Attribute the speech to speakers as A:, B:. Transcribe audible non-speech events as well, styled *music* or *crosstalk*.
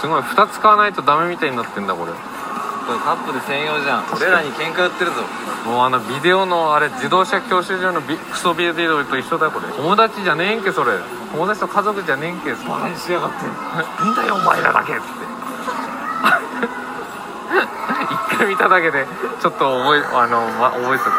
A: すごい2つ買わないとダメみたいになってんだこれ
B: これカップル専用じゃん俺らに喧嘩売ってるぞ
A: もうあのビデオのあれ自動車教習所のビクソビデオと一緒だよこれ友達じゃねえんけそれ友達と家族じゃねえんけそれ
B: 何しやがってん
A: んだよお前らだけっ *laughs* つって一回見ただけでちょっと覚えあの、ま、覚えちゃった